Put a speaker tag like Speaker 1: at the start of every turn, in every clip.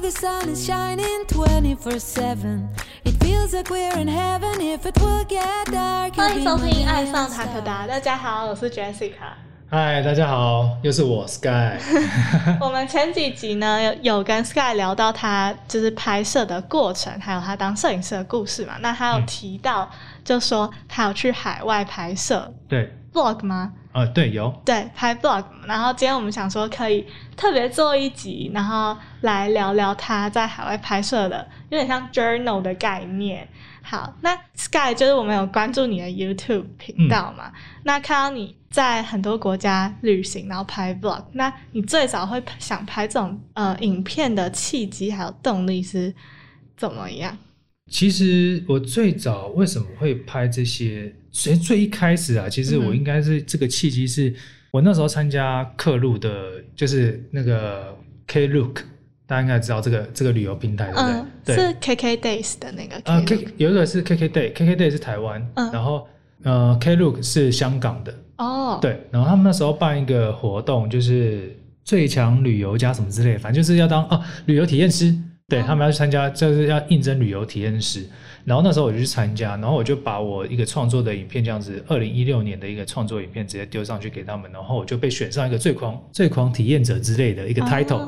Speaker 1: the sun is shining 24 7. It feels like we're in heaven if it will get dark.
Speaker 2: 欢
Speaker 1: you'll
Speaker 2: 迎
Speaker 1: be
Speaker 2: 收
Speaker 1: my
Speaker 2: 听《爱
Speaker 1: little
Speaker 2: 上塔克
Speaker 1: star
Speaker 2: 达》，大家好，我是 Jessica。
Speaker 3: 嗨，大家好，又是我 Sky。
Speaker 2: 我们前几集呢有有跟 Sky 聊到他就是拍摄的过程，还有他当摄影师的故事嘛。那他有
Speaker 3: 嗯
Speaker 2: 提到，就说他有去海外拍摄
Speaker 3: 对，
Speaker 2: vlog 吗？
Speaker 3: 啊、对，有，
Speaker 2: 对，拍 vlog。然后今天我们想说可以特别做一集，然后来聊聊他在海外拍摄的，有点像 journal 的概念。好，那 Sky 就是我们有关注你的 YouTube 频道嘛？那看到你在很多国家旅行，然后拍 vlog，那你最早会想拍这种呃影片的契机还有动力是怎么样？
Speaker 3: 其实我最早为什么会拍这些？最最一开始啊，其实
Speaker 2: 嗯
Speaker 3: 我
Speaker 2: 哼
Speaker 3: 应该是这个契机是，我那时候参加客路的，就是那个 Klook，大家应该知道这个这个旅游平台，对不对？
Speaker 2: 嗯，
Speaker 3: 对，
Speaker 2: 是 KK Days 的那个
Speaker 3: 呃
Speaker 2: Klook
Speaker 3: K 有一个是 KK Day，KK Day 是台湾，
Speaker 2: 嗯
Speaker 3: 然后呃 Klook 是香港的，
Speaker 2: 哦，，
Speaker 3: 对，然后他们那时候办一个活动，就是最强旅游家什么之类的，反正就是要当哦旅游体验师。对
Speaker 2: 哦
Speaker 3: 他们要去参加，就是要应征旅游体验师。然后那时候我就去参加，然后我就把我一个创作的影片，这样子，二零一六年的一个创作影片直接丢上去给他们，然后我就被选上一个最狂最狂体验者之类的一
Speaker 2: 一
Speaker 3: 个 title、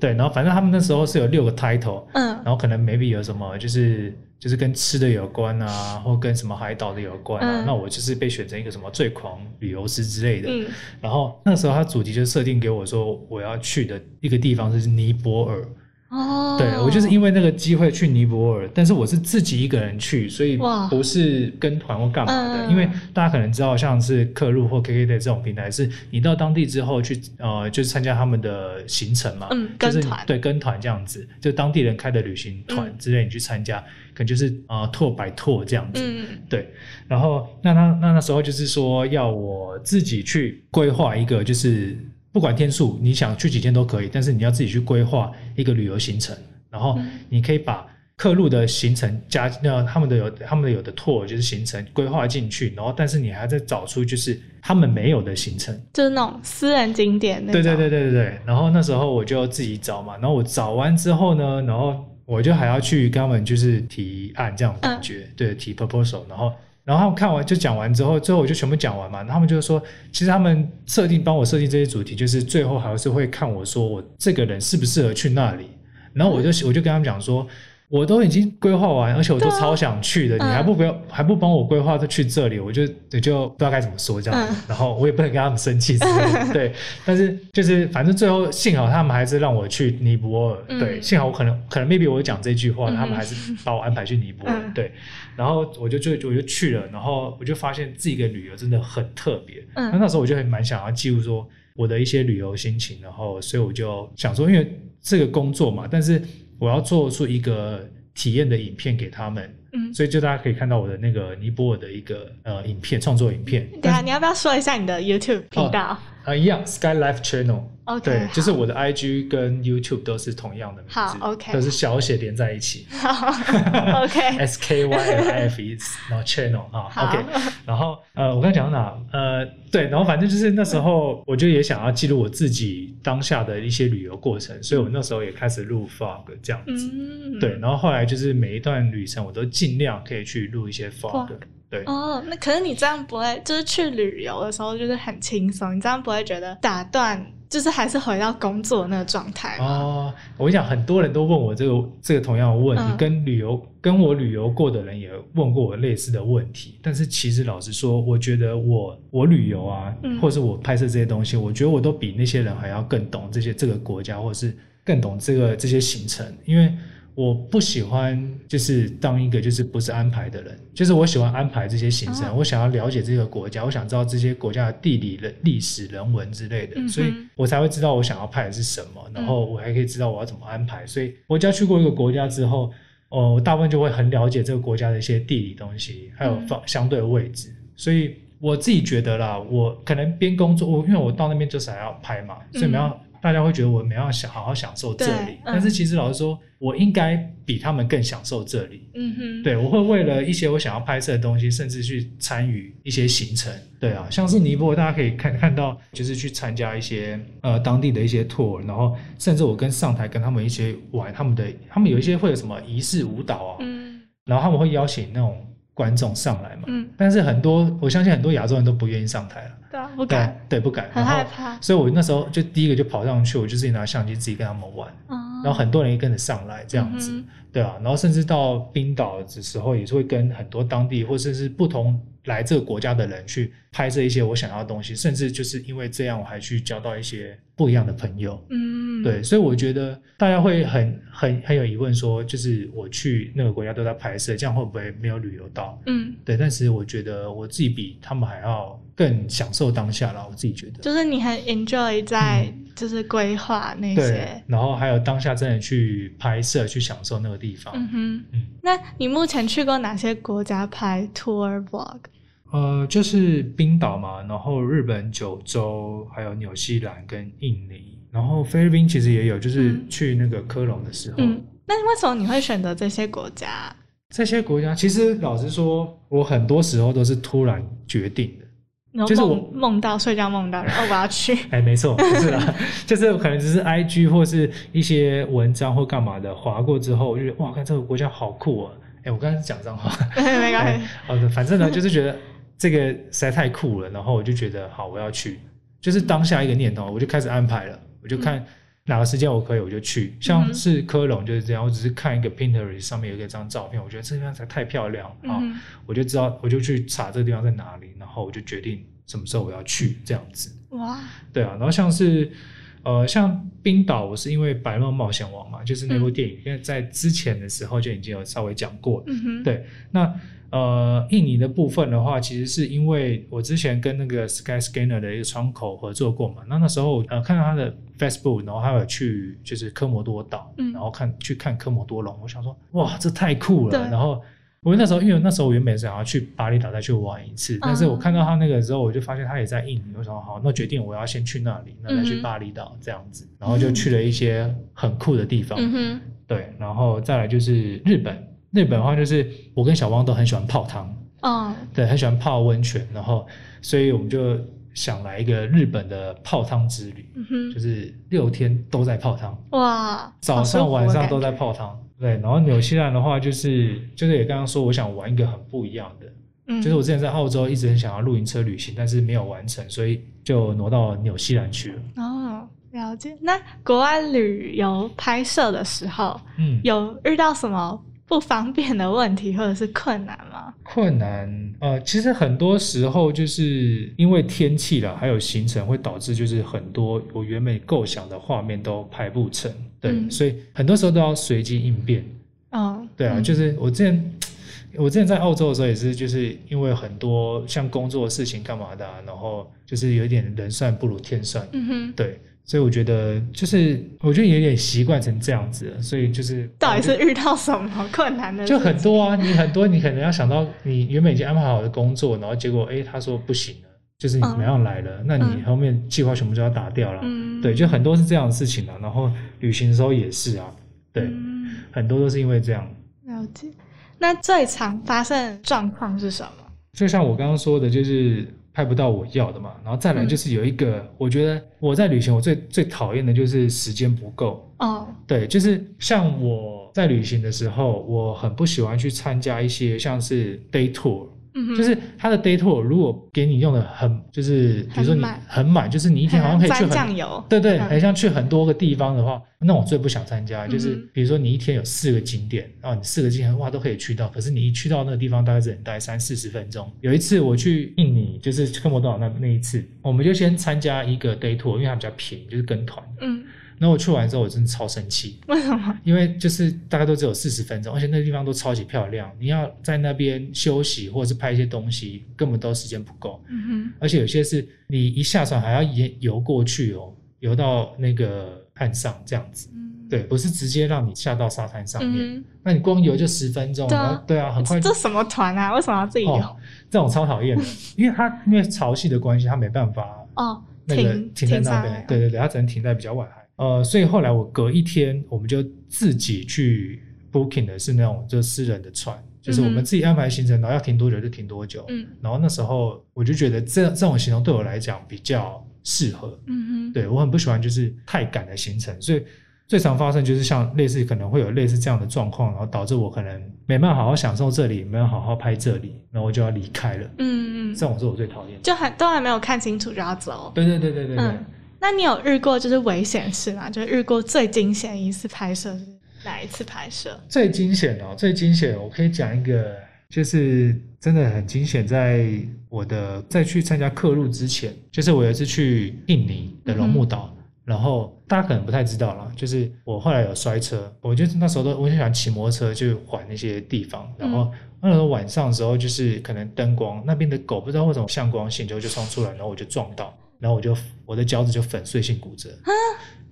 Speaker 3: 对，然后反正他们那时候是有六个 title，
Speaker 2: 哦嗯
Speaker 3: 然后可能 maybe 有什么就是就是跟吃的有关啊，或跟什么海岛的有关啊。
Speaker 2: 嗯
Speaker 3: 那我就是被选成一个什么最狂旅游师之类的。
Speaker 2: 嗯
Speaker 3: 然后那时候他主题就设定给我说我要去的一个地方是尼泊尔，
Speaker 2: 哦，
Speaker 3: 对我就是因为那个机会去尼泊尔，但是我是自己一个人去，所以
Speaker 2: 哇
Speaker 3: 不是跟团或干嘛的。
Speaker 2: 嗯
Speaker 3: 因为大家可能知道，像是客路或 KK 的这种平台，是你到当地之后去呃，就是参加他们的行程嘛，
Speaker 2: 嗯
Speaker 3: 就
Speaker 2: 跟
Speaker 3: 是你
Speaker 2: 团
Speaker 3: 对跟团这样子，就当地人开的旅行团
Speaker 2: 嗯
Speaker 3: 之类，你去参加，可能就是呃拓百拓这样子。
Speaker 2: 嗯
Speaker 3: 对，然后那他那那时候就是说要我自己去规划一个，就是不管天数，你想去几天都可以，但是你要自己去规划一个旅游行程，然后
Speaker 2: 嗯
Speaker 3: 你可以把客路的行程加那他们的有他们的有的 tour 就是行程规划进去，然后但是你还要再找出就是他们没有的行程。
Speaker 2: 就是那种私人景点那种。
Speaker 3: 对对对对对对。然后那时候我就自己找嘛，然后我找完之后呢，然后我就还要去跟他们就是提案这样的
Speaker 2: 嗯
Speaker 3: 感觉，对，提 proposal，然后。然后他们看完就讲完之后，最后我就全部讲完嘛。然后他们就是说，其实他们设定帮我设定这些主题，就是最后还是会看我说我这个人适不适合去那里。然后我就我就跟他们讲说，我都已经规划完，而且我都
Speaker 2: 嗯对啊
Speaker 3: 超想去的，你还不不要还不帮我规划就去这里，我就我就不知道该怎么说这样子。
Speaker 2: 嗯
Speaker 3: 然后我也不能跟他们生气之类的，对。但是就是反正最后幸好他们还是让我去尼泊尔，
Speaker 2: 嗯
Speaker 3: 对，幸好我可能可能 maybe 我讲这句话，
Speaker 2: 嗯
Speaker 3: 他们还是把我安排去尼泊尔，
Speaker 2: 嗯
Speaker 3: 对。然后我就就我就去了，然后我就发现自己的旅游真的很特别。
Speaker 2: 嗯
Speaker 3: 那那时候我就很蛮想要记录说我的一些旅游心情，然后所以我就想说，因为这个工作嘛，但是我要做出一个体验的影片给他们，
Speaker 2: 嗯，
Speaker 3: 所以就大家可以看到我的那个尼泊尔的一个呃影片创作影片，
Speaker 2: 等一下你要不要说一下你的 YouTube 频道、
Speaker 3: 啊，一样 Sky Life Channel。
Speaker 2: o k
Speaker 3: 对，就是我的 IG 跟 YouTube 都是同样的名字
Speaker 2: 好，OK
Speaker 3: 都是小写连在一起
Speaker 2: OK，
Speaker 3: ，S K Y L I F E，然后 Channel 啊
Speaker 2: 好
Speaker 3: ，OK，然后呃，我刚才讲到哪？呃，对，然后反正就是那时候，我就也想要记录我自己当下的一些旅游过程，所以我那时候也开始录 vlog 这样子。
Speaker 2: 嗯，
Speaker 3: 对，。然后后来就是每一段旅程，我都尽量可以去录一些 vlog
Speaker 2: Vlog。
Speaker 3: 对，
Speaker 2: 哦，那可是你这样不会，就是去旅游的时候就是很轻松，你这样不会觉得打断，就是还是回到工作那个状态吗？
Speaker 3: 哦，我跟你讲，很多人都问我这个这个同样的问题，
Speaker 2: 嗯
Speaker 3: 跟旅游跟我旅游过的人也问过我类似的问题。但是其实老实说，我觉得我我旅游啊，
Speaker 2: 嗯
Speaker 3: 或是我拍摄这些东西，我觉得我都比那些人还要更懂这些这个国家，或是更懂这个这些行程，因为。我不喜欢就是当一个就是不是安排的人，就是我喜欢安排这些行程，
Speaker 2: 哦
Speaker 3: 我想要了解这个国家，我想知道这些国家的地理、人历史、人文之类的，
Speaker 2: 嗯哼嗯
Speaker 3: 所以我才会知道我想要拍的是什么，然后我还可以知道我要怎么安排。所以我只要去过一个国家之后，哦，我大部分就会很了解这个国家的一些地理东西，还有
Speaker 2: 嗯
Speaker 3: 方相对的位置。所以我自己觉得啦，我可能边工作，我因为我到那边就是还要拍嘛，所以我
Speaker 2: 嗯
Speaker 3: 们要大家会觉得我没有想好好享受这
Speaker 2: 对
Speaker 3: 里，
Speaker 2: 嗯
Speaker 3: 但是其实老实说，我应该比他们更享受这里。
Speaker 2: 嗯哼，
Speaker 3: 对，我会为了一些我想要拍摄的东西，甚至去参与一些行程。对啊，像是尼泊尔，大家可以看看到，就是去参加一些呃当地的一些 tour，然后甚至我跟上台跟他们一起玩他们的，他们有一些会有什么仪式舞蹈啊，
Speaker 2: 嗯
Speaker 3: 然后他们会邀请那种观众上来嘛。
Speaker 2: 嗯，
Speaker 3: 但是很多，我相信很多亚洲人都不愿意上台了，
Speaker 2: 对啊，不
Speaker 3: 对
Speaker 2: 敢，
Speaker 3: 对不敢，
Speaker 2: 很
Speaker 3: 然后
Speaker 2: 害怕，
Speaker 3: 所以我那时候就第一个就跑上去，我就自己拿相机自己跟他们玩，
Speaker 2: 嗯，
Speaker 3: 然后很多人也跟着上来这样子，
Speaker 2: 嗯
Speaker 3: 对啊，然后甚至到冰岛的时候，也是会跟很多当地或者是不同来这个国家的人去拍摄一些我想要的东西，甚至就是因为这样，我还去交到一些不一样的朋友。
Speaker 2: 嗯，
Speaker 3: 对，所以我觉得大家会很很很有疑问说，就是我去那个国家都在拍摄，这样会不会没有旅游到？
Speaker 2: 嗯，
Speaker 3: 对，但是我觉得我自己比他们还要更享受当下啦，我自己觉得。
Speaker 2: 就是你很 enjoy 在就是规划那
Speaker 3: 嗯对
Speaker 2: 些，，
Speaker 3: 然后还有当下真的去拍摄，去享受那个地方。
Speaker 2: 嗯哼，
Speaker 3: 嗯
Speaker 2: 那你目前去过哪些国家拍 tour vlog？
Speaker 3: 呃，就是冰岛嘛，然后日本九州，还有纽西兰跟印尼，然后菲律宾其实也有，就是
Speaker 2: 嗯
Speaker 3: 去那个科隆的时候，
Speaker 2: 嗯，那为什么你会选择这些国家？
Speaker 3: 这些国家其实老实说，我很多时候都是突然决定的。
Speaker 2: 然后
Speaker 3: 就是
Speaker 2: 梦
Speaker 3: 我。
Speaker 2: 梦到睡觉梦到，然后我要去
Speaker 3: 哎，没错，不是 啦，就是可能只是 I G 或是一些文章或干嘛的划过之后，我就觉得哇，看这个国家好酷哦、哎，我刚才是讲脏话。
Speaker 2: 没关
Speaker 3: 哎
Speaker 2: 系，
Speaker 3: 好的，反正呢，就是觉得这个实在太酷了，然后我就觉得好，我要去，就是
Speaker 2: 嗯
Speaker 3: 当下一个念头，我就开始安排了，我就看哪个时间我可以，我就去。像
Speaker 2: 嗯
Speaker 3: 是科隆就是这样，我只是看一个 Pinterest 上面有一张照片，我觉得这地方才太漂亮啊，
Speaker 2: 嗯哼，
Speaker 3: 我就知道，我就去查这个地方在哪里，然后我就决定什么时候我要去，这样子。
Speaker 2: 哇，
Speaker 3: 对啊，然后像是呃，像冰岛，我是因为《白浪冒险王》嘛，就是
Speaker 2: 嗯
Speaker 3: 那部电影，因为在之前的时候就已经有稍微讲过了。
Speaker 2: 嗯哼，
Speaker 3: 对，那呃，印尼的部分的话，其实是因为我之前跟那个 Skyscanner 的一个窗口合作过嘛，那那时候呃看到他的 Facebook，然后还有去就是科摩多岛，
Speaker 2: 嗯
Speaker 3: 然后看去看科摩多龙，我想说哇，这太酷
Speaker 2: 对
Speaker 3: 了。然后我那时候因为那时候我原本想要去巴厘岛再去玩一
Speaker 2: 嗯
Speaker 3: 次，但是我看到他那个之后，我就发现他也在印尼，我想说好，那决定我要先去那里，那再
Speaker 2: 嗯
Speaker 3: 去
Speaker 2: 哼
Speaker 3: 巴厘岛这样子，然后就去了一些很酷的地方，
Speaker 2: 嗯哼，
Speaker 3: 对，然后再来就是日本，日本的话就是我跟小汪都很喜欢泡汤，
Speaker 2: 哦，
Speaker 3: 对，很喜欢泡温泉，然后所以我们就想来一个日本的泡汤之旅，
Speaker 2: 嗯哼，
Speaker 3: 就是六天都在泡汤，
Speaker 2: 哇，
Speaker 3: 早
Speaker 2: 好舒
Speaker 3: 上
Speaker 2: 服
Speaker 3: 晚
Speaker 2: 的
Speaker 3: 上
Speaker 2: 感
Speaker 3: 都
Speaker 2: 觉
Speaker 3: 在泡汤。对，然后纽西兰的话就是就是也刚刚说，我想玩一个很不一样的，
Speaker 2: 嗯，
Speaker 3: 就是我之前在澳洲一直很想要露营车旅行，但是没有完成，所以就挪到纽西兰去了。
Speaker 2: 哦，了解。那国外旅游拍摄的时候，
Speaker 3: 嗯，
Speaker 2: 有遇到什么不方便的问题或者是困难吗？
Speaker 3: 困难，呃，其实很多时候就是因为天气啦，还有行程会导致就是很多我原本构想的画面都拍不成，对，
Speaker 2: 嗯
Speaker 3: 所以很多时候都要随机应变，
Speaker 2: 嗯，
Speaker 3: 对啊，
Speaker 2: 嗯
Speaker 3: 就是我之前我之前在澳洲的时候也是，就是因为很多像工作的事情干嘛的啊、然后就是有一点人算不如天算，
Speaker 2: 嗯哼，
Speaker 3: 对，所以我觉得就是我觉得有点习惯成这样子了，所以就是
Speaker 2: 到底是遇到什么困难的事
Speaker 3: 就
Speaker 2: 情？
Speaker 3: 很多啊，你很多你可能要想到你原本已经安排好的工作，然后结果哎、诶他说不行了，就是你
Speaker 2: 嗯
Speaker 3: 没有来了，那你
Speaker 2: 嗯
Speaker 3: 后面计划全部都要打掉了。
Speaker 2: 嗯，
Speaker 3: 对，就很多是这样的事情啊。然后旅行的时候也是啊，对，
Speaker 2: 嗯，
Speaker 3: 很多都是因为这样。
Speaker 2: 了解。那最常发生的状况是什么？
Speaker 3: 就像我刚刚说的，就是拍不到我要的嘛。然后再来
Speaker 2: 嗯
Speaker 3: 就是有一个，我觉得我在旅行我最最讨厌的就是时间不够。
Speaker 2: 哦，
Speaker 3: 对，就是像我在旅行的时候，我很不喜欢去参加一些像是 day tour，
Speaker 2: 嗯哼，
Speaker 3: 就是它的 day tour 如果给你用的很，就是比如说你
Speaker 2: 很满
Speaker 3: 很满，就是你一天好像可以去
Speaker 2: 沾
Speaker 3: 很
Speaker 2: 酱，油，
Speaker 3: 对对，
Speaker 2: 嗯
Speaker 3: 很像去很多个地方的话，那我最不想参加。就是
Speaker 2: 嗯哼
Speaker 3: 比如说你一天有四个景点，然后你四个景点哇都可以去到，可是你一去到那个地方大概只能待三四十分钟。有一次我去印尼，就是科摩多岛那那一次，我们就先参加一个 day tour，因为它比较便宜，就是跟团。
Speaker 2: 嗯，
Speaker 3: 然后我去完之后，我真的超生气，
Speaker 2: 为什么？
Speaker 3: 因为就是大概都只有四十分钟，而且那地方都超级漂亮，你要在那边休息或者是拍一些东西，根本都时间不够。
Speaker 2: 嗯
Speaker 3: 而且有些是你一下船还要沿游过去哦，游到那个岸上这样子
Speaker 2: 哼，。嗯，
Speaker 3: 对，不是直接让你下到沙滩上面，
Speaker 2: 嗯
Speaker 3: 那你光游就十分钟，
Speaker 2: 对啊
Speaker 3: 然后对啊，很快
Speaker 2: 哼，
Speaker 3: 就哦
Speaker 2: 这什么团啊？为什么要自己游？
Speaker 3: 哦，这种超讨厌的，因为它因为潮汐的关系，它没办法
Speaker 2: 哦，
Speaker 3: 那个
Speaker 2: 停
Speaker 3: 停在
Speaker 2: 停
Speaker 3: 那
Speaker 2: 上
Speaker 3: 边
Speaker 2: 来，嗯
Speaker 3: 对对对，他只能停在比较晚海。呃，所以后来我隔一天，我们就自己去 booking 的是那种就是私人的船，就是我
Speaker 2: 嗯哼
Speaker 3: 们自己安排行程，然后要停多久就停多久。
Speaker 2: 嗯
Speaker 3: 然后那时候我就觉得这这种行动对我来讲比较适合，
Speaker 2: 嗯哼，
Speaker 3: 对我很不喜欢就是太赶的行程，所以最常发生就是像类似可能会有类似这样的状况，然后导致我可能没办法好好享受这里，没有好好拍这里，然后我就要离开了。
Speaker 2: 嗯
Speaker 3: 这
Speaker 2: 嗯，
Speaker 3: 种是我最讨厌的。
Speaker 2: 就还都还没有看清楚就要走。
Speaker 3: 对对对对对对。
Speaker 2: 嗯那你有遇过就是危险事吗？就是遇过最惊险一次拍摄是哪一次拍摄？
Speaker 3: 最惊险哦，最惊险，我可以讲一个，就是真的很惊险，在我的在去参加客路之前，就是我有一次去印尼的龙目岛。然后大家可能不太知道啦，就是我后来有摔车，我就是那时候都我很喜欢骑摩托车去环那些地方，然后那时候晚上的时候就是可能灯光那边的狗不知道为什么向光性就就冲出来，然后我就撞到，然后我就我的脚趾就粉碎性骨折，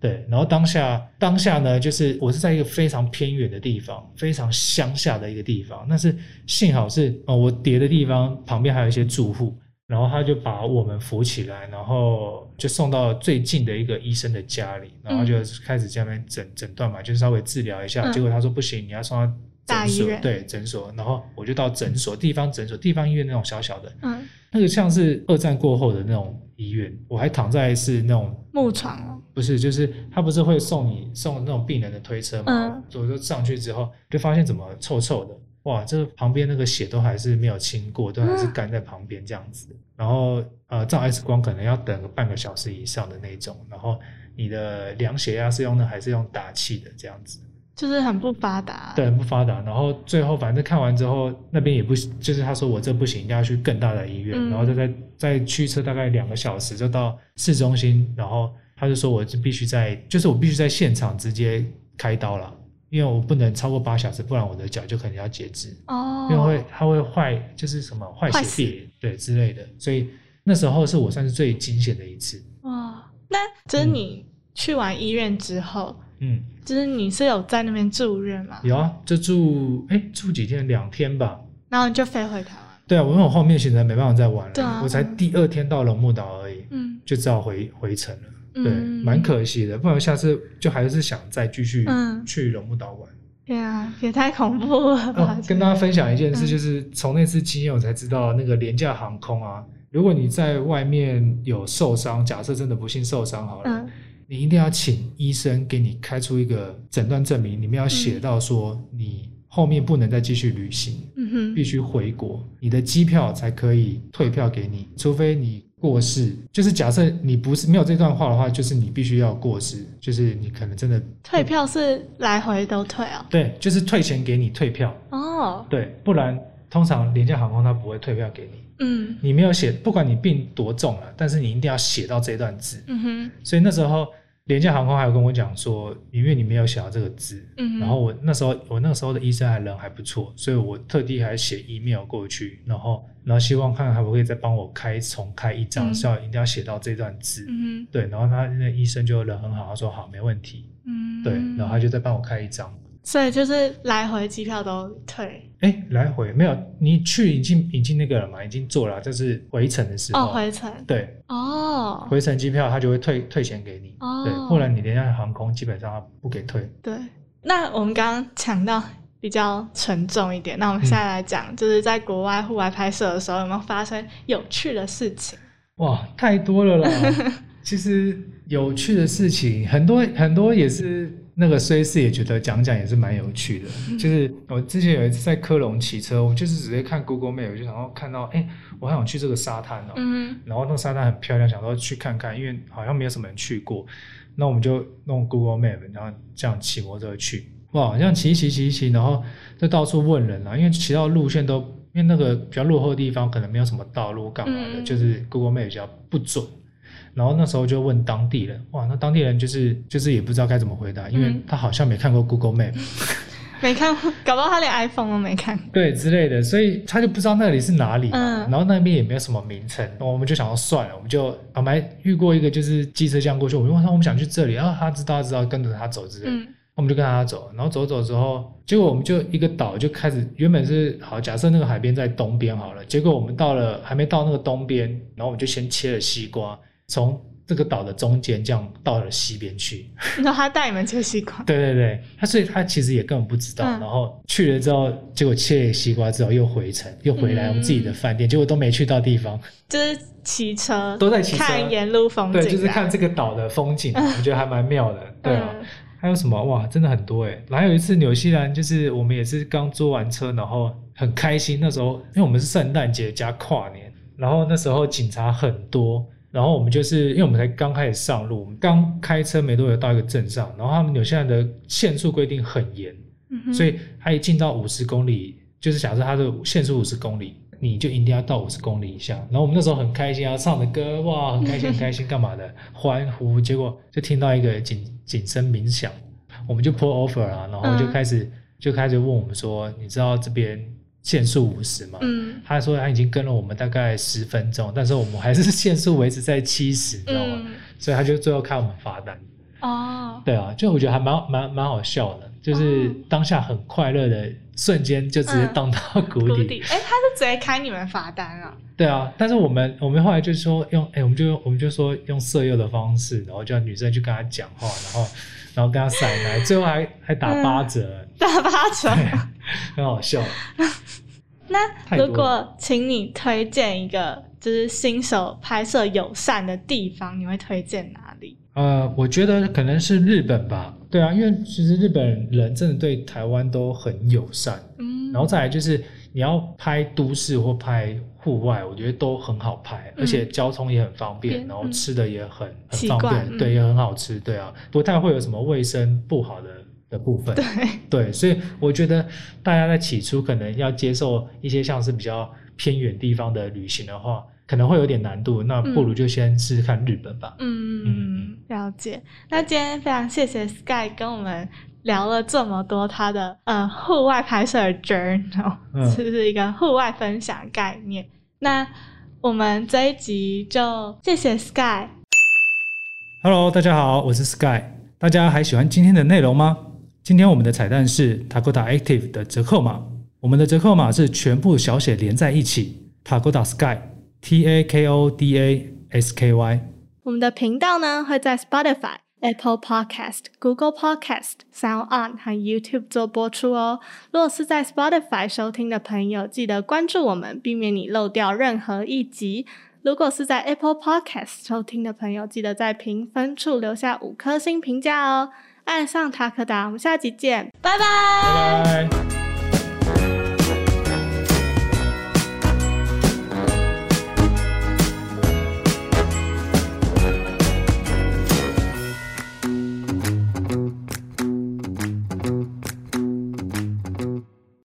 Speaker 3: 对，然后当下当下呢，就是呃我是在一个非常偏远的地方，非常乡下的一个地方，但是幸好是哦，我跌的地方旁边还有一些住户，然后他就把我们扶起来，然后就送到最近的一个医生的家里，然后就开始这边诊诊断嘛，就是稍微治疗一下，
Speaker 2: 嗯
Speaker 3: 结果他说不行，你要送到。
Speaker 2: 大
Speaker 3: 诊
Speaker 2: 医
Speaker 3: 所
Speaker 2: 院
Speaker 3: 对诊所，然后我就到诊所地方诊所地方医院那种小小的，
Speaker 2: 嗯，
Speaker 3: 那个像是二战过后的那种医院，我还躺在是那种
Speaker 2: 木床哦，
Speaker 3: 不是，就是他不是会送你送那种病人的推车
Speaker 2: 嗯
Speaker 3: 嘛？我就上去之后，就发现怎么臭臭的，哇，这旁边那个血都还是没有清过，都还是干在旁边这样子。然后呃，照 X 光可能要等个半个小时以上的那种。然后你的量血压是用的还是用打气的这样子？
Speaker 2: 就是很不发达。
Speaker 3: 对，很不发达。然后最后反正看完之后，那边也不行就是他说我这不行，一定要去更大的医院，
Speaker 2: 嗯
Speaker 3: 然后就在在驱车大概两个小时就到市中心，然后他就说我就必须在，就是我必须在现场直接开刀了，因为我不能超过八小时，不然我的脚就可能要截肢。
Speaker 2: 哦，
Speaker 3: 因为会它会坏，就是什么坏
Speaker 2: 坏
Speaker 3: 血病对之类的，所以那时候是我算是最惊险的一次。
Speaker 2: 哇，那就是你去完医院之后，
Speaker 3: 嗯，
Speaker 2: 就是你是有在那边住院吗？
Speaker 3: 有啊，就住哎住几天，两天吧，
Speaker 2: 然后你就飞回台湾。
Speaker 3: 对啊，我因为我后面行程没办法再玩了，
Speaker 2: 对啊
Speaker 3: 我才第二天到龙目岛而已，
Speaker 2: 嗯，
Speaker 3: 就只好回回程了。对，
Speaker 2: 嗯
Speaker 3: 蛮可惜的，不然下次就还是想再继续
Speaker 2: 嗯
Speaker 3: 去龙目岛玩。
Speaker 2: 对啊，也太恐怖了吧！
Speaker 3: 哦，
Speaker 2: 这
Speaker 3: 跟大家分享一件
Speaker 2: 嗯
Speaker 3: 事，就是从那次经验我才知道，那个廉价航空啊，如果你在外面有受伤，假设真的不幸受伤好了，
Speaker 2: 嗯
Speaker 3: 你一定要请医生给你开出一个诊断证明，里面要写到说你后面不能再继续旅行。
Speaker 2: 嗯
Speaker 3: 必须回国，你的机票才可以退票给你，除非你过世。就是假设你不是没有这段话的话，就是你必须要过世，就是你可能真的
Speaker 2: 哼，退票是来回都退哦。
Speaker 3: 对，就是退钱给你退票，
Speaker 2: 哦，
Speaker 3: 对，不然通常廉价航空它不会退票给你。
Speaker 2: 嗯
Speaker 3: 你没有写，不管你病多重了、但是你一定要写到这段字。
Speaker 2: 嗯哼，
Speaker 3: 所以那时候廉价航空还有跟我讲说，因为你没有写到这个字，
Speaker 2: 嗯哼
Speaker 3: 然后我那时候我那个时候的医生还人还不错，所以我特地还写 email 过去，然后然后希望看看还不可以再帮我开重开一张，
Speaker 2: 嗯
Speaker 3: 是要一定要写到这段字，
Speaker 2: 嗯
Speaker 3: 对，然后他那医生就人很好，他说好没问题，
Speaker 2: 哼，嗯，
Speaker 3: 对，然后他就再帮我开一张。
Speaker 2: 所以就是来回机票都退
Speaker 3: 哎，来回没有？你去已经已经那个了嘛，已经做了，啊就是回程的时候，
Speaker 2: 哦，回程
Speaker 3: 对，
Speaker 2: 哦，
Speaker 3: 回程机票他就会退退钱给你，
Speaker 2: 哦
Speaker 3: 对，不然你廉价航空基本上他不给退。
Speaker 2: 对，那我们刚刚讲到比较沉重一点，那我们现在来讲，就是在国外户外拍摄的时候，有没有发生有趣的事情？
Speaker 3: 哇，太多了啦！其实有趣的事情很多，很多也是那个虽是也觉得讲讲也是蛮有趣的。就是我之前有一次在科隆骑车，我就是直接看 Google Map，我就想要看到，哎、我好想去这个沙滩哦、
Speaker 2: 嗯
Speaker 3: 然后那个沙滩很漂亮，想说去看看，因为好像没有什么人去过。那我们就弄 Google Map，然后这样骑摩托车去。哇，这样骑一骑骑一骑，然后就到处问人啊，因为骑到路线都因为那个比较落后的地方，可能没有什么道路干嘛的，
Speaker 2: 嗯
Speaker 3: 就是 Google Map 比较不准。然后那时候就问当地人，哇，那当地人就是就是也不知道该怎么回答，因为
Speaker 2: 嗯
Speaker 3: 他好像没看过 Google Map，、
Speaker 2: 没看过，搞不好他连 iPhone 都没看过。
Speaker 3: 对之类的，所以他就不知道那里是哪里嘛、
Speaker 2: 嗯
Speaker 3: 然后那边也没有什么名称，我们就想要算了，我们就我们还遇过一个就是机车这样过去，我们就问他我们想去这里，然、啊后他知道他知道，跟着他走之类的，
Speaker 2: 嗯
Speaker 3: 我们就跟他走，然后走走之后，结果我们就一个岛就开始，原本是好假设那个海边在东边好了，结果我们到了还没到那个东边，然后我们就先切了西瓜，从这个岛的中间，这样到了西边去。
Speaker 2: 然后他带你们切西瓜，
Speaker 3: 对对对，他所以他其实也根本不知道。
Speaker 2: 嗯
Speaker 3: 然后去了之后，结果切西瓜之后又回程，又回来我们自己的
Speaker 2: 嗯
Speaker 3: 饭店，结果都没去到地方，
Speaker 2: 就是骑车，
Speaker 3: 都在骑车。
Speaker 2: 看沿路风景
Speaker 3: 对，
Speaker 2: 这样，
Speaker 3: 就是看这个岛的风景，我觉得还蛮妙的。对啊，
Speaker 2: 嗯
Speaker 3: 还有什么哇，真的很多哎。然后有一次纽西兰，就是我们也是刚坐完车，然后很开心。那时候因为我们是圣诞节加跨年，然后那时候警察很多，然后我们就是因为我们才刚开始上路，我们刚开车没多久到一个镇上，然后他们纽西兰的限速规定很严，
Speaker 2: 嗯哼
Speaker 3: 所以它一进到五十公里，就是假设它的限速五十公里，你就一定要到五十公里以下。然后我们那时候很开心啊，唱的歌哇，很开心，很开心，干嘛的欢呼？结果就听到一个警警声鸣响，我们就 pull over 啊，然后就
Speaker 2: 嗯
Speaker 3: 开始、就开始问我们说，你知道这边限速五十吗？
Speaker 2: 嗯
Speaker 3: 他说他已经跟了我们大概十分钟，但是我们还是限速维持在七十，你知道吗？
Speaker 2: 嗯
Speaker 3: 所以他就最后看我们罚单。
Speaker 2: 哦，
Speaker 3: 对啊，就我觉得还蛮蛮蛮好笑的，就是
Speaker 2: 哦
Speaker 3: 当下很快乐的瞬间就直接荡到谷
Speaker 2: 谷
Speaker 3: 底。
Speaker 2: 底，哎，他是直接开你们罚单啊，
Speaker 3: 对啊，但是我们我们后来就说用，哎、我们就用我们就说用色诱的方式，然后叫女生去跟他讲话，然后然后跟他撒奶，最后还还打八折，
Speaker 2: 打八折。
Speaker 3: 很好笑。
Speaker 2: 那
Speaker 3: 太多
Speaker 2: 如果请你推荐一个就是新手拍摄友善的地方，你会推荐哪里？
Speaker 3: 呃，我觉得可能是日本吧，对啊，因为其实日本人真的对台湾都很友善，
Speaker 2: 嗯，
Speaker 3: 然后再来就是你要拍都市或拍户外，我觉得都很好拍，而且交通也很方
Speaker 2: 嗯
Speaker 3: 便，
Speaker 2: 边
Speaker 3: 然后
Speaker 2: 嗯
Speaker 3: 吃的也很很
Speaker 2: 习
Speaker 3: 方
Speaker 2: 惯
Speaker 3: 便，
Speaker 2: 嗯
Speaker 3: 对，也很好吃，对啊，不太会有什么卫生不好的的部分，
Speaker 2: 对，
Speaker 3: 对，所以我觉得大家在起初可能要接受一些像是比较偏远地方的旅行的话，可能会有点难度，那不如就先试试看日本吧。
Speaker 2: 嗯，了解。那今天非常谢谢 Sky 跟我们聊了这么多他的呃户外拍摄的 journal，、
Speaker 3: 嗯
Speaker 2: 这是一个户外分享概念。那我们这一集就谢谢 Sky，
Speaker 3: Hello，大家好，我是 Sky。大家还喜欢今天的内容吗？今天我们的彩蛋是 Takoda Active 的折扣码，我们的折扣码是全部小写连在一起，Takoda Sky T A K O D A S K Y。
Speaker 2: 我们的频道呢会在 Spotify、Apple Podcast、Google Podcast、Sound On 和 YouTube 做播出哦。如果是在 Spotify 收听的朋友，记得关注我们，避免你漏掉任何一集。如果是在 Apple Podcast 收听的朋友，记得在评分处留下五颗星评价哦。爱上塔克达，我们下集见，拜拜。
Speaker 3: 拜拜。